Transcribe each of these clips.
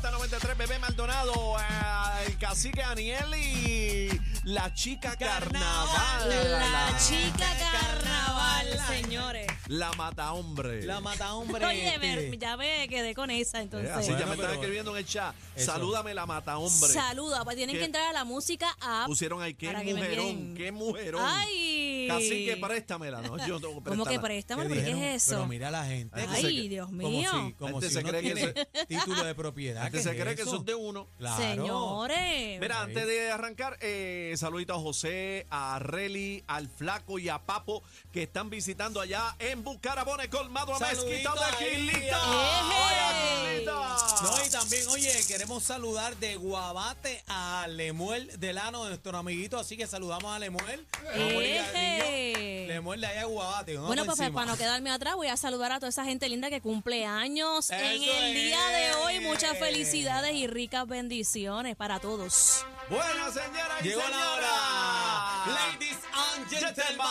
Z93, bebé Maldonado, eh, el cacique Daniel y la chica carnaval. La chica carnaval, señores. La mata hombre. La mata hombre. este. Oye, me- ya me quedé con esa, entonces. Eh, Así ya Bueno, me están pero- escribiendo en el chat. Eso. Salúdame la mata hombre. Saluda, pues tienen ¿Qué? que entrar a la música app. Pusieron ahí, qué Para que me mujerón, envíen. qué mujerón. ¡Ay! Cacique, préstamela. No, yo tengo que ¿Cómo que préstamela. préstamo? ¿Por qué es Pero eso? mira la gente. Ay, como Ay, Dios como mío. si- Como Gente si, Este se uno cree que tiene título de La propiedad. gente ¿qué se es cree que eso? son de uno. Claro. Señores. Mira, Ahí. antes de arrancar, eh, saludito a José, a Reli, al Flaco y a Papo que están visitando allá en Bucarabona, el Colmado a Saludito Mezquita de ahí. Quilita. Eje. Hola, Quilita. No, y también, oye, queremos saludar de Guabate a Lemuel Delano, nuestro amiguito, así que saludamos a Lemuel. Vamos a ir al Eje. niño. Lemuel de allá de Guabate. Este. vamos Bueno, pues encima. para no quedarme atrás, voy a saludar a toda esa gente linda que cumple años en Eso el día de es. hoy. Muchas felicidades y ricas bendiciones para todos. Buenas señoras y Llegó señores. la hora. Ladies and Gentlemen.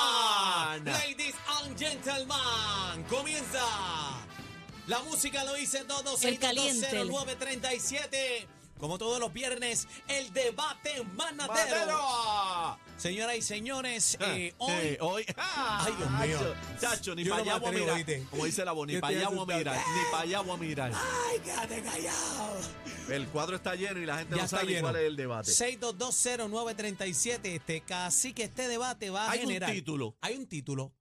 gentlemen. Ladies and gentlemen. Comienza. La música lo dice todo. El caliente. 937 Como todos los viernes, el debate manadero. Matero. Señoras y señores, eh, Eh, hoy. eh, hoy. Ah, Ay, Dios mío. chacho, Chacho, ni Yo para no me allá voy a atrevo, mirar. ¿oíste? Como dice la voz, ni Yo para allá estoy voy a mirar. asustado. Ah. Ni para allá voy a mirar. ¡Ay, quédate callado! El cuadro está lleno y la gente Ya no está sabe ni lleno. cuál es el debate. 6220937. Este, casi que este debate va a Hay un generar. título. Hay un título.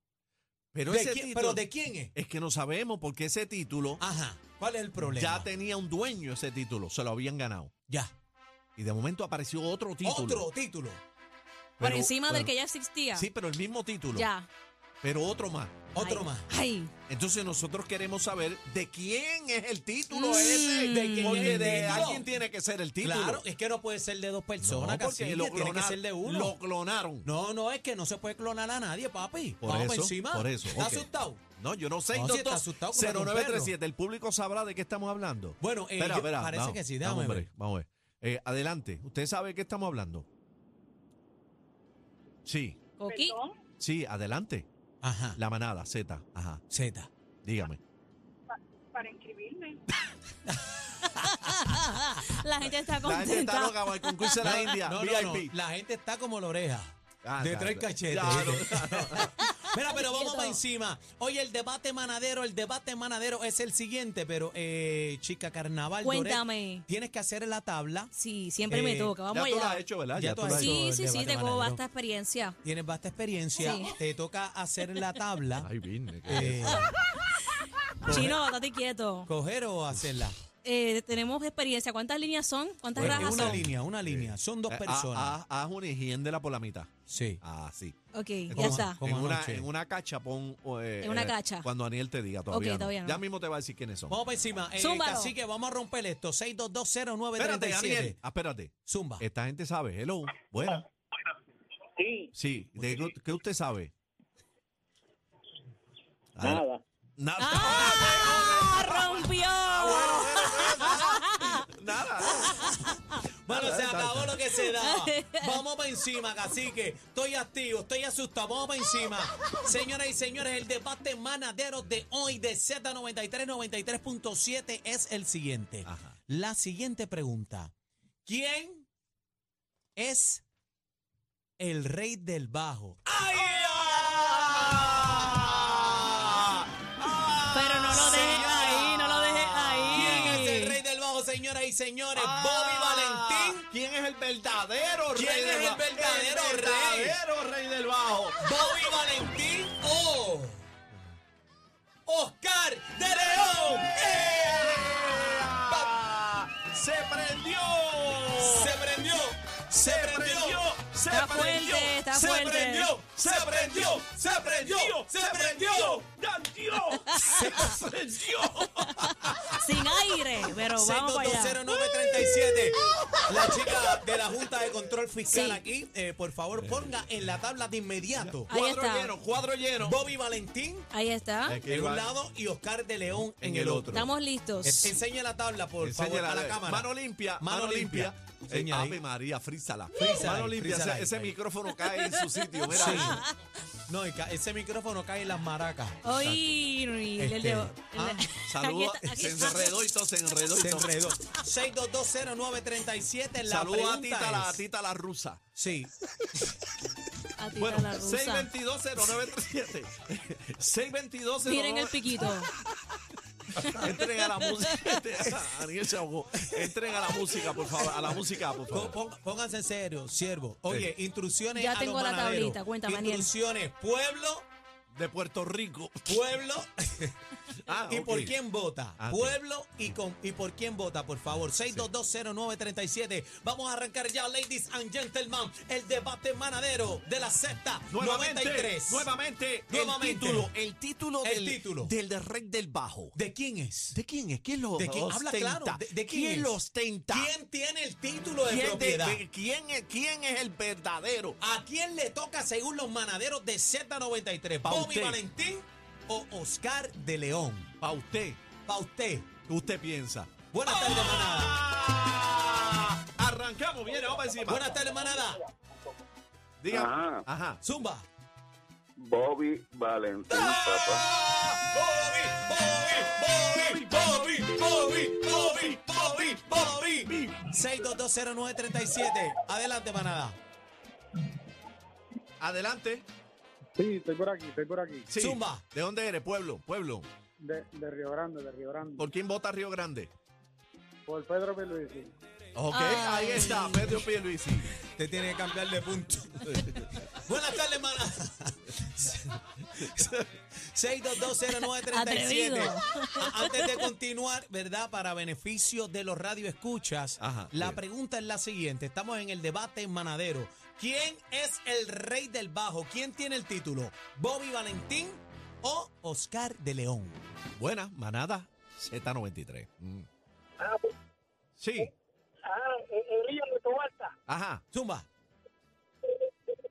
Pero ¿De ese quién- título. ¿Pero de quién es? Es que no sabemos porque ese título Ajá. ¿Cuál es el problema? ya tenía un dueño ese título, se lo habían ganado. Ya. Y de momento apareció otro título. Otro título. Por Pero- encima del pero- que ya existía. Sí, pero el mismo título. ya. Pero otro más. Otro Ay. más. Ay. Entonces nosotros queremos saber de quién es el título Mm. ese. ¿De quién es Porque el de título? alguien tiene que ser el título. Claro, es que no puede ser de dos personas, No, porque cacique, lo tiene que clonar- ser de uno. Lo clonaron. No, No, no, es que no se puede clonar a nadie, papi. Por Vamos eso, encima. por eso, ¿Estás ok. asustado? yo no sé. No, si está 22 asustado, como 0937. El público sabrá de qué estamos hablando. Bueno, eh, espera, yo- espera, parece vamos, que sí, vamos, déjame hombre, ver. Vamos a ver. Eh, adelante. ¿Usted sabe de qué estamos hablando? Sí, Coqui. Perdón, sí, adelante. Ajá. La manada, Z. Ajá, Z. dígame. para inscribirme. la gente está La gente está contenta. loca para el concurso de la India. No, no, no, VIP. La gente está como la oreja. Ah, de ya, tres ya, cachetes. ya, no, Mira, pero vamos Quieto. para encima. Oye, el debate manadero, el debate manadero es el siguiente, pero eh, chica carnaval. Doret, Cuéntame. tienes que hacer la tabla. Sí, siempre Eh, me toca. ya Vamos tú la has allá. hecho, ¿verdad? Ya Ya tú tú la has has hejo Sí, del sí, sí, debate tengo manadero. basta experiencia. Tienes vasta experiencia. Sí. Te toca hacer la tabla. Ay, Virne, ¿qué es Eh, eso? Chino, estate quieto. ¿Coger o hacerla? Eh, tenemos experiencia. ¿Cuántas líneas son? ¿Cuántas Bueno, rajas una son? línea, una línea. Son dos Eh, personas. haz- Haz haz una higiéndela por la mitad. Sí. Ah, sí. Ok, Como- ya está. como en, una, anoche. en una cacha pon. o, eh, En una eh, cacha. Cuando Aniel te diga todavía. Ok, no. todavía no. Ya mismo te va a decir quiénes son. Vamos para encima. Eh, Zúmbalo. así que vamos a romper esto. espérate, Aniel. 6220937. Ah, espérate. Zumba. Esta gente sabe. Hello. Buena. Sí, Sí. ¿De qué- qué usted sabe? Ah, nada. Nada. ¡Ah! ¡Rompió! Nada. Bueno, Dale, se dale, acabó dale. lo que se daba. Vamos para encima, cacique. Estoy activo, estoy asustado. Vamos para encima. Señoras y señores, el debate manadero de hoy de Z93 93.7 es el siguiente. Ajá. La siguiente pregunta. ¿Quién es el rey del bajo? ¡Ay! ah! Ah, Pero no lo dejes señora. ahí, no lo dejes ¿Quién es el ahí. rey del bajo, señoras y señores? ah, Bobby Valentín. ¿Quién es el verdadero ¿Quién rey es del el bajo? verdadero El rey? verdadero rey del bajo. Bobby Valentín o Oscar de León. ¡Ea! ¡Se prendió! Se prendió, se prendió, ¡Se Está fuerte, está se fuerte. prendió, se prendió, se prendió, se prendió. ¡Ya dio! ¡Se prendió! Sin aire, pero vamos para allá. 6220937. La chica de la Junta de Control Fiscal Sí. aquí, eh, por favor, ponga en la tabla de inmediato Ahí Cuadro está. lleno, cuadro lleno. Bobby Valentín Ahí está. Es que en un igual- lado y Oscar de León en, el otro. Estamos listos. Este Es- Enseña la tabla, por favor, Enséñala, a la eh, cámara. Mano limpia, mano, Mano limpia. limpia. Eh, Enseña ahí. Ave María, frízala. Frízala mano ahí, limpia, frízala ese, ahí, ese ahí. micrófono cae en su sitio. Mira Ah, Sí. eso. No, y ca- ese micrófono cae en las maracas. Hoy, el Este, de- el de- ah, Saludos. Aquí está- aquí Se está. enredó y todo, se enredó y Se todo. enredó. 6220937 la Saludos a pregunta Tita, la, a es- Tita la rusa. Sí. a Tita Bueno, la rusa. 622-0937. 622 Miren el piquito. Entren a la música. Aniel se ahogó. Entren a la música, por favor. A la música, por Pon- favor. pon- Pónganse en serio, siervo. Oye, instrucciones Ya a tengo los la ganaderos. tablita, cuéntame, Aniel. Instrucciones, pueblo, De Puerto Rico. pueblo Ah, y por ok. quién vota. Ah, ok. Pueblo y con y por quién vota, por favor. 6220937. Vamos a arrancar ya, ladies and gentlemen, el debate manadero de la secta Nuevamente, 93. nuevamente, el Nuevamente. título, el título, El del, título. del de Rey del Bajo. ¿De quién es? ¿De quién es? ¿Quién lo ¿De quién? Habla ostenta? claro, ¿de- de quién es? lo ostenta? ¿Quién tiene el título de ¿Quién de- propiedad? de- quién es, quién es el verdadero? ¿A quién le toca según los manaderos de Z93? Pa' ¿Bobby usted. Valentín o Oscar de León? Para usted, Pa' usted. ¿qué usted piensa. Buenas tardes, manada. Ah, Arrancamos, viene, vamos encima. Buenas tardes, manada. Diga. Ajá. Ajá. Zumba. Bobby Valentín, papá. Bobby, Bobby, Bobby, Bobby, Bobby, Bobby, Bobby, Bobby. 6220937. Adelante, manada. Adelante. Sí, estoy por aquí, estoy por aquí. Sí. Zumba. ¿De dónde eres? Pueblo, pueblo. De, de Río Grande, de Río Grande. Por, ¿Por quién vota Río Grande? Pedro Pierluisi. Ok, Ay. ahí está, Pedro Pierluisi. Te tiene que cambiar de punto. Buenas tardes, manada. 6220937. Atrevido. A- Antes de continuar, ¿verdad? Para beneficio de los radioescuchas, Ajá, la bien. pregunta es la siguiente. Estamos en el debate en Manadero. ¿Quién es el rey del bajo? ¿Quién tiene el título? ¿Bobby Valentín o Oscar de León? Buena, manada Z93. Mm. Sí, Ah, eh, Elías de Tobalta, ajá. Zumba.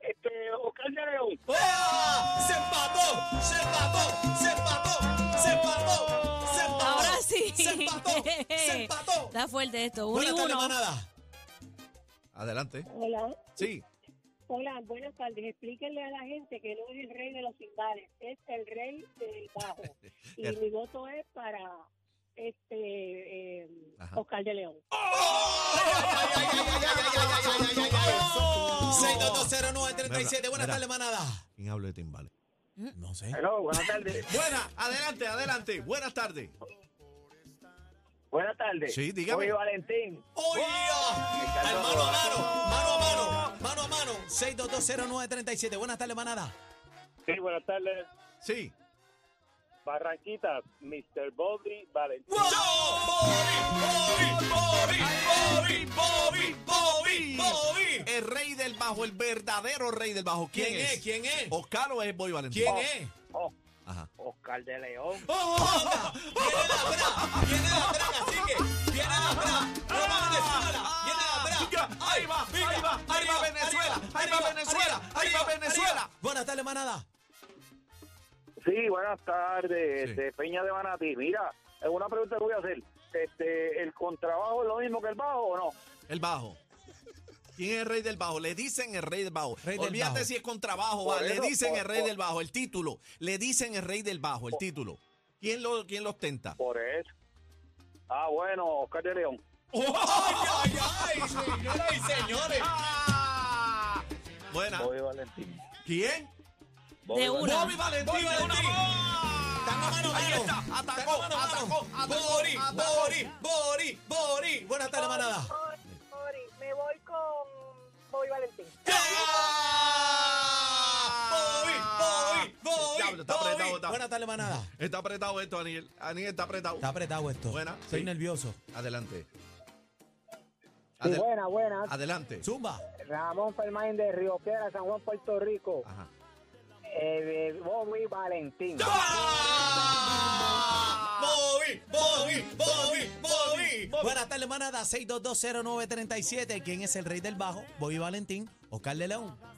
este, Oscar de León. ¡Oh! ¡Se empató! ¡Se empató! ¡Se empató! ¡Se empató! ¡Se empató! Ahora sí. ¡Se empató! ¡Se empató! Está fuerte esto. Uno y Buenas tardes, uno. manada. Adelante. Hola, Sí. hola, buenas tardes. Explíquenle a la gente que no es el rey de los cindales, es el rey del bajo. Y El- mi voto es para este eh, Ajá. Oscar de León. 6220937. Buenas Mira. tardes, manada. ¿Quién habló de timbales? No sé. Hello, buenas tardes. Buena, adelante, adelante. Buenas tardes. Buenas tardes. Sí, dígame. Bobby Valentín. ¡Oye! encantó. Mano a mano, mano a mano, mano a mano. 6220937. Buenas tardes, manada. Sí, buenas tardes. Sí. Barranquitas, Mr. Bobby Valentín. ¡Bobby, Bobby, Bobby, Bobby, Bobby, Bobby! El rey del bajo, el verdadero rey del bajo. ¿Quién, ¿Quién es? ¿Quién es? ¿Oscar o es Boy Valentín? Oh, ¿Quién es? Ajá. Oscar de León. ¡Onda! ¡Viene de atrás! ¡Viene de atrás! ¡Así que! ¡Viene de atrás! ¡Roma Venezuela! ¡Viene de Pica, atrás! ahí va, pica, ahí va, ahí va arriba, Venezuela, arriba, ahí va arriba, Venezuela, arriba, ahí va arriba, Venezuela. arriba. Buenas tardes, manada. Sí, buenas tardes. Sí. este, Peña de Manatí. Mira, es una pregunta que voy a hacer. Este, ¿El contrabajo es lo mismo que el bajo o no? El bajo. ¿Quién es el rey del bajo? Le dicen el rey del bajo. Rey del Olvídate bajo. si es con trabajo. Por va. Le eso, dicen por- el rey por- del bajo, el título. Le dicen el rey del bajo, el título. ¿Quién lo, quién lo ostenta? Por eso. Ah, bueno, Oscar de León. ¡Ay, ay, ay! Señoras y señores. ¡Ah! Buena. Bobby Valentín. ¿Quién? De una. Bobby Valentín. Bobby Valentín. Están a mano, Ah, Ahí mano. está, atacó, Están a mano, mano. atacó, atacó, Bori, atacó. Ah. Bori, Bori, Bori. Buenas tardes, manada. Me voy con Bobby Valentín. ¡Ah! Bobby, Bobby, Diablo, Bobby, está apretado, Bobby. está. Buenas tardes, manada. Está apretado esto, Aniel. Aniel está apretado. Está apretado esto. Buena, Estoy sí. nervioso. Adelante. Sí, Adel- buena, buena. Adelante. Zumba. Ramón Fermín de Río Piedra, San Juan, Puerto Rico. Ajá. Eh, de Bobby Valentín. Bobby, Bobby, Bobby, Bobby. Buenas tardes, manada. 6220937. ¿Quién es el rey del bajo? Bobby Valentín o Carle León. Ah.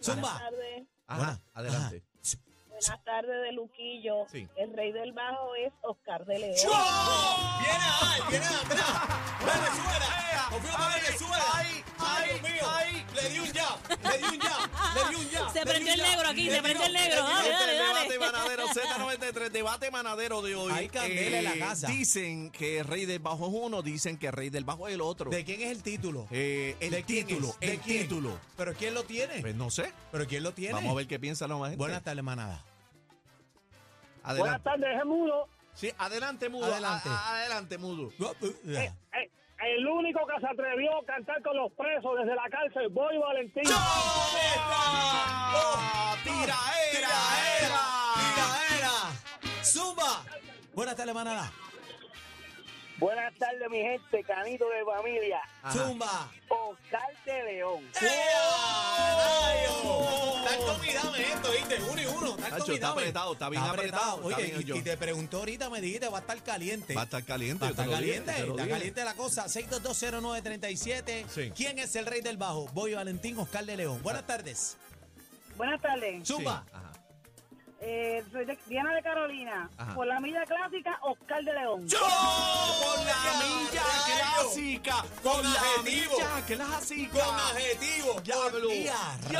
Zumba. tardes, Ajá. Adelante. Ajá. buenas tardes de Luquillo. Sí. El rey del bajo es Oscar de León. ¡Oh! ¡Viene ahí! ¡Viene atrás! ¡Venezuela! ¡Ea! ¡Confío en ¡Ay, Venezuela! ay, ¡Ay, ay, Dios mío! ay! ¡Le di un jab! ¡Le Le di un ya, le di un ya. Se le di prendió un el ya, negro aquí, le se di prendió un- el negro. le di un Dale, ya. dale, dale. Debate manadero Z93, debate manadero de hoy. Eh, Hay candela en la casa. Dicen que el rey del bajo es uno, dicen que el rey del bajo es el otro. ¿De quién es el título? Eh, el ¿De quién título, es? ¿De el quién? título. ¿Pero quién lo tiene? Pues no sé. ¿Pero quién lo tiene? Vamos a ver qué piensa la gente. Buenas tardes, manada. Adelante. Buenas tardes, Gemudo. Sí, adelante, Mudo. Adelante. A- a- adelante, Mudo. Eh, El único que se atrevió a cantar con los presos desde la cárcel, Boy Valentín. ¡Ah! ¡Tiraera! ¡Tiraera! ¡Tiraera! ¡Zumba! Buenas tardes, manada. Buenas tardes, mi gente, canito de familia. ¡Zumba! Oscar de León. ¡Rayo! Tanto mirame esto, ¿viste? Uno y uno. Tanto Nacho, está mirame. apretado, está bien apretado, está Oye, bien y- yo. y, te preguntó ahorita, me dijiste, va a estar caliente. Va a estar caliente. Va a yo te estar lo dije, caliente, te lo está dije. caliente la cosa. 6220937. Sí. Ah. ¿Quién es el rey del bajo? Boy Valentín Oscar de León. Buenas tardes. Buenas tardes. Zumba. Sí, ajá. Eh, soy de- Diana de Carolina. Ajá. Por la media clásica, Oscar de León. ¡Yo! Con la milla Rayo. clásica. Con Con la adjetivo. milla clásica. adjetivo. ¡Diablo! ¡Qué a rayo!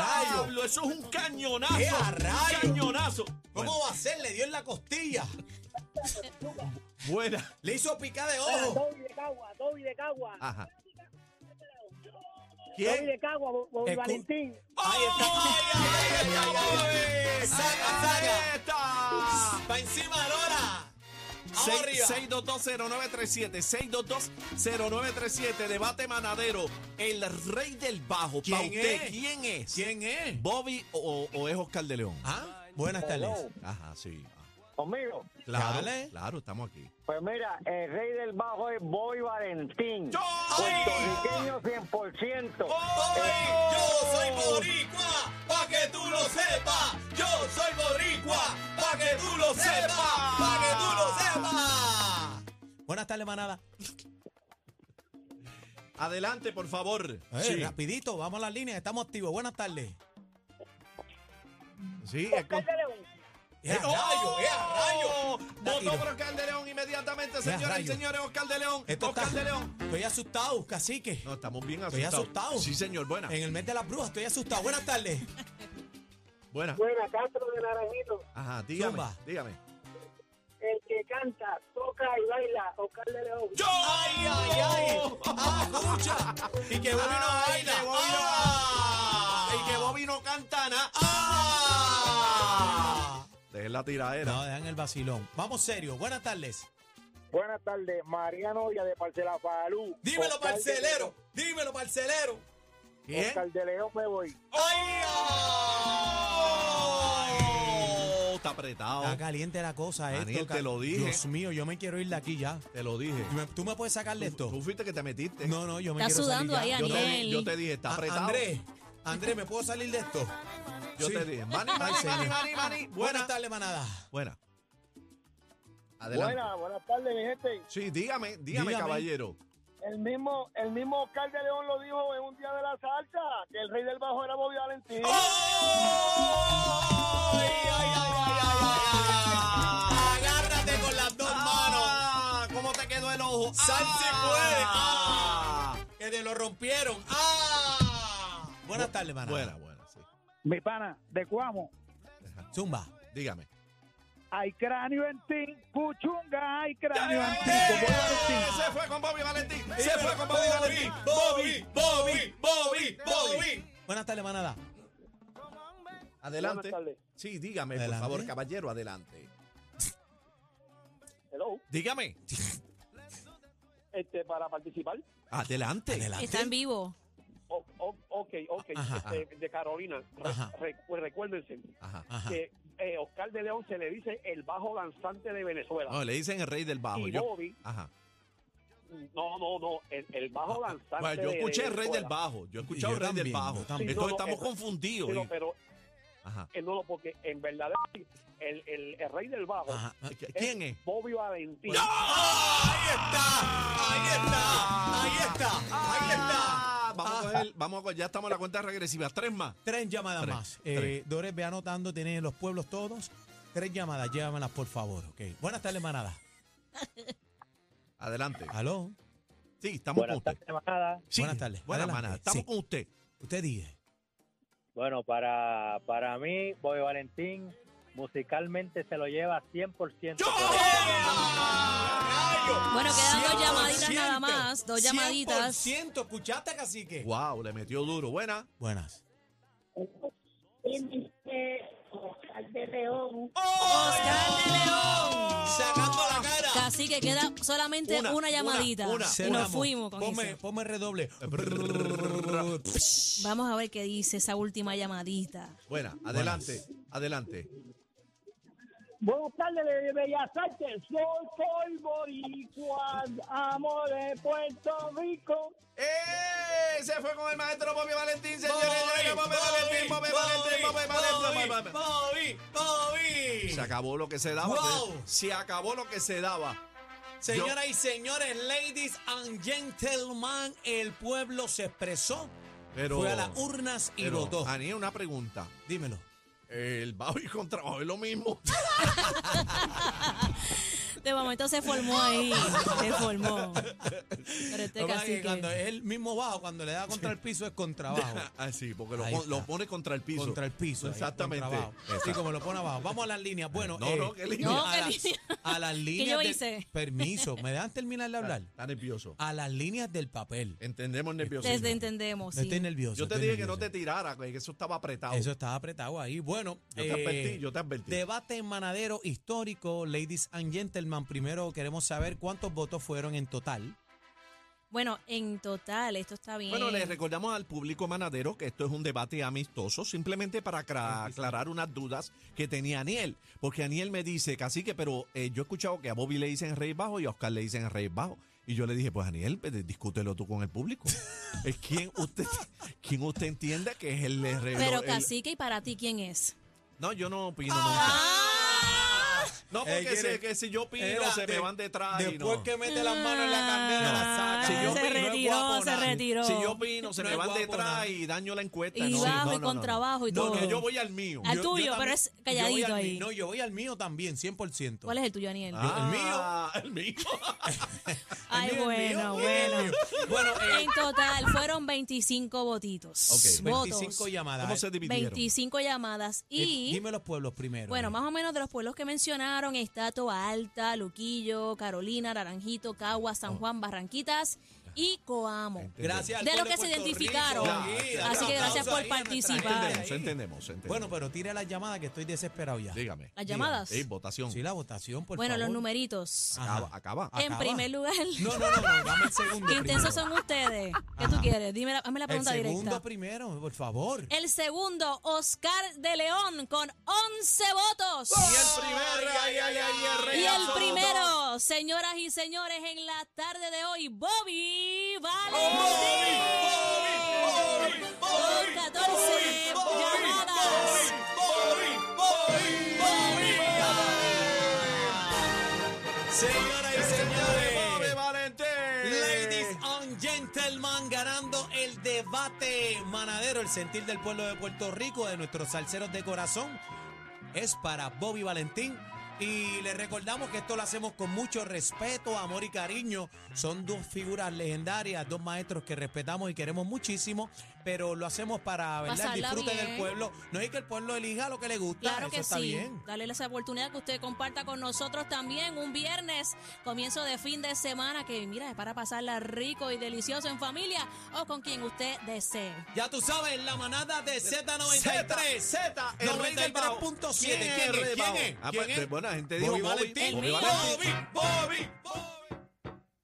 ¡Diablo! Eso es un cañonazo. ¡Qué a un rayo! cañonazo. ¿Cómo va a ser? Le dio en la costilla. Buena. buena. Le hizo pica de ojo. Dobby de Cagua, Dobby de Cagua. Ajá. Dobby de Cagua, Bo- Bo- Escu- Valentín. Ahí está. Ahí está. Saca, saca. ¡Saca! Pa' encima de Lora. Vamos arriba. 6220937, 6220937, debate manadero, el rey del bajo. ¿Quién Pa' usted, es? ¿Quién es? ¿Quién es? ¿Bobby o, o es Oscar de León? Ah, buenas tardes. Ajá, sí. Ah, Conmigo. Claro. Claro, estamos aquí. Pues mira, el rey del bajo es Boy Valentín. ¡Yo! Puertorriqueño 100%. Hoy yo soy boricua, pa' que tú lo sepas. Yo soy boricua, pa' que tú lo sepas. Pa' que tú lo sepas. Buenas tardes, manada. Adelante, por favor. Eh, sí. Rapidito, vamos a las líneas, estamos activos. Buenas tardes. Sí, es con- ¡Eh, a rayo! ¡Eh, a rayo! ¡Oh! Votó Latino. por Oscar de León inmediatamente, señoras y rayo. señores. Oscar de León. Esto Oscar está- de León. Estoy asustado, cacique. No, estamos bien Estoy asustados. asustado. Sí, señor. Buena. En el mes de las brujas estoy asustado. Buenas tardes. Buena. Buena, Castro de Naranjito. Ajá, dígame. Zumba. Dígame. El que canta, toca y baila, Oscar de León. ¡Yo! ¡Ay, ay, ay! ¡Ah, escucha! Y que Bobby no Oh. Ay, baila. que Bobby no- ¡Ah! Y que Bobby no canta nada. ¡Ah! Dejen la tiradera. No, dejan el vacilón. Vamos serio. Buenas tardes. Buenas tardes, María Novia de Parcela Falú. Dímelo, Oscar de- parcelero. Dímelo, parcelero. ¿Quién? Oscar de León me voy. ¡Ay! Oh, está apretado. Está caliente la cosa esto. Daniel, ca- te lo dije. Dios mío, yo me quiero ir de aquí ya. Te lo dije. ¿Tú me, tú me puedes sacar de Tú esto? fuiste que te metiste. No, no, yo me Está quiero sudando salir ya. ahí, Yo te- Daniel. Yo te dije, está Ah, apretado. Andrés, Andrés, ¿me puedo salir de esto? Yo Sí. te dije. Mani, Ay, mani, mani, señor. mani, mani. Buena. Buenas tardes, manada. Buena. Adelante. Buenas, buenas tardes, mi gente. Sí, dígame, dígame, Dígame. caballero. El mismo, el mismo Oscar de León lo dijo en un día de la salsa, que el rey del bajo era Bobby Valentín. ¡Ay, ay, ay, ay, ay, ay, ay! Agárrate con las dos manos. Ah, ¿Cómo te quedó el ojo? Sal se puede. Ah. Que te lo rompieron. ¡Ah! Buenas tardes, manada. Buena, buena, sí. Mi pana, de Cuamo. Zumba. Dígame. Hay cráneo en ti, puchunga, hay cráneo en ti. ¡Eh! Con Boy Valentín. Se fue con Bobby Valentín. Se Dímelo, fue con Bobby Valentín. Bobby, Bobby, Bobby, Bobby. Buenas tardes, manada. Adelante. Buenas tardes. Sí, dígame, Adelante. por favor, caballero, adelante. Hello, Dígame. este, para participar. Adelante. Está en vivo. O- o- ok, ok, Ajá, este, de Carolina. Re- Ajá. re- pues recuérdense Ajá. Ajá. que eh, Oscar de León se le dice el bajo danzante de Venezuela. No, le dicen el rey del ah, bajo. pues y Yo, Bobby, ajá. no, no, no, el, el bajo Ah, danzante. pues Bueno, yo de escuché el rey del Venezuela. bajo. Yo he escuchado yo el rey del también, bajo. yo también. Entonces Sí, no, no, estamos eh, confundidos. Sí, no, y- pero Ajá. eh, no, no, porque en verdad el, el, el rey del bajo Ajá. ¿Quién es? Bobby Valentín. Ahí está, ahí está, ahí está, ahí está. Ah, Vamos a coger, vamos a coger, ya estamos en la cuenta regresiva. Tres más. Tres llamadas Tres, más. Eh, Dores, ve anotando, tiene los pueblos todos. Tres llamadas, llévamelas por favor, ok. Buenas tardes, manada. Adelante. Aló, Sí, estamos con usted. manada. Sí, Ah. Buenas tardes. Buenas Adelante. manada. Estamos Sí. con usted. usted dice. Bueno, para, para mí, Bobby Valentín musicalmente se lo lleva 100%. Bueno, quedan dos llamaditas 100%, nada más, dos llamaditas. 100%, ¿escuchaste, cacique? Wow, le metió duro. Buena. Buenas. Oscar de León. Oscar de León. Sacando la cara. Así que queda solamente una, Una, una, llamadita. una. Y Se nos Vamos, fuimos con ponme, eso. ponme redoble. Vamos a ver qué dice esa última llamadita. Buena. Adelante. Adelante. Buenas tardes, de Bellas Artes. Soy Polvoricua, amor de Puerto Rico. ¡Eh! Se fue con el maestro Bobby Valentín, Bobby, señores. Llega Bobby Valentín, Bobby Valentín, Bobby Valentín, Bobby Bobby, Valentín. Bobby, Bobby. Se acabó lo que se daba. Wow. Se acabó lo que se daba. Señoras y señores, ladies and gentlemen, el pueblo se expresó, Pero. fue a las urnas y pero, votó. Aniel, una pregunta. Dímelo. El Bobby contra Bobby es lo mismo. De momento se formó ahí. Se formó. Pero este Lo que pasa es cacique. que cuando es el mismo bajo, cuando le da contra el piso es contra bajo. Así, Ah, porque lo, Ahí pon- está. lo pone contra el piso. Contra el piso. ahí, Exactamente. contra abajo. Sí, Exacto. como lo pone abajo. Vamos a las líneas. Bueno, No, eh, no, qué línea. No, a, qué las- línea. a las líneas. del- hice? Permiso, ¿me dejan terminar de hablar? Ah. Está, está nervioso. A las líneas del papel. Entendemos el nerviosismo. Desde entendemos. No Oh, sí. estoy nervioso. Yo te estoy dije que no te nervioso. tirara, que eso estaba apretado. Eso estaba apretado ahí. Bueno, eh, Yo te advertí, yo te advertí. Debate en Manadero histórico, ladies and gentlemen. Primero queremos saber cuántos votos fueron en total. Bueno, en total, esto está bien. Bueno, les recordamos al público manadero que esto es un debate amistoso, simplemente para acra- aclarar unas dudas que tenía Aniel. Porque Aniel me dice, cacique, pero eh, yo he escuchado que a Bobby le dicen rey bajo y a Oscar le dicen rey bajo. Y yo le dije, pues Aniel, pues, discútelo tú con el público. Es quien usted, quien usted entienda que es el rey Pero el- cacique, Ah. ¿y para ti quién es? No, yo no opino nunca. No, Eh, porque ¿quién sé es? que si yo opino, Era se me de- van detrás. y Después no. que mete las manos en la candela, la saca. Si Ah, yo se vi, no es retiró, guapo, se nada. retiró. Si yo opino, se No me es van guapo, detrás nada. y daño la encuesta. Y no, bajo, no, y no, no. contrabajo y No, todo. que yo voy al mío. Al tuyo, pero es yo voy calladito al ahí. mío. No, yo voy al mío también, 100%. ¿Cuál es el tuyo, Aniel? Ah, el mío. Ay, mío, el bueno, mío, el bueno. mío. Bueno, eh, En total fueron 25 votitos. Ok, Votos. 25 llamadas. ¿Cómo se dividieron? 25 llamadas. Eh, Y, dime los pueblos primero. bueno, eh. más o menos de los pueblos que mencionaron, está Toa Alta, Luquillo, Carolina, Naranjito, Cagua, Oh. San Juan, Barranquitas y Coamo. Gracias. al De los pueblo que se Puerto Rico, identificaron. aquí, Así que dale un gracias aplauso por ahí a nuestra participar. gente Entendemos, ahí. entendemos, entendemos. Bueno, pero tira la llamada que estoy desesperado ya. dígame. Las llamadas. Sí, votación. Sí, la votación, por bueno, los favor. numeritos. Acaba, Ajá. acaba. Ah, En acaba. primer lugar, No, no, no, no, dame el segundo. ¿qué intensos son primero. ustedes? ¿Qué tú quieres? Dime la, hazme la El pregunta segundo directa. Eh. primero, por favor. El segundo, Oscar de León, con 11 votos. Y el primero, ay, ay, ay, el rey Y el absoluto. primero, señoras y señores, en la tarde de hoy, Bobby Bobby, Valentín. Bobby, Con 14 llamadas. Señoras y Bobby señores, Valentín. ladies and gentlemen, ganando el debate manadero, el sentir del pueblo de Puerto Rico, de nuestros salseros de corazón, es para Bobby Valentín. Y le recordamos que esto lo hacemos con mucho respeto, amor y cariño. Son dos figuras legendarias, dos maestros que respetamos y queremos muchísimo, pero lo hacemos para ¿verdad? el Pasarla disfrute del bien. pueblo. No es que el pueblo elija lo que le gusta, Claro eso que está sí. bien. Dale esa oportunidad que usted comparta con nosotros también un viernes, comienzo de fin de semana, que mira, es para pasarla rico y delicioso en familia o con quien usted desee. Ya tú sabes, la manada de Z93. Z, Z, el rey del bajo. 93.7. ¿Quién es el ¿Quién rey es? del ¿Quién bajo? es? Ah, ¿Quién pues, es? Buena gente dijo Bobby Bobby Valentín. Bobby El mío. Valentín. Bobby, Bobby.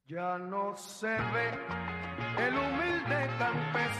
Ya no se ve el humilde campesino.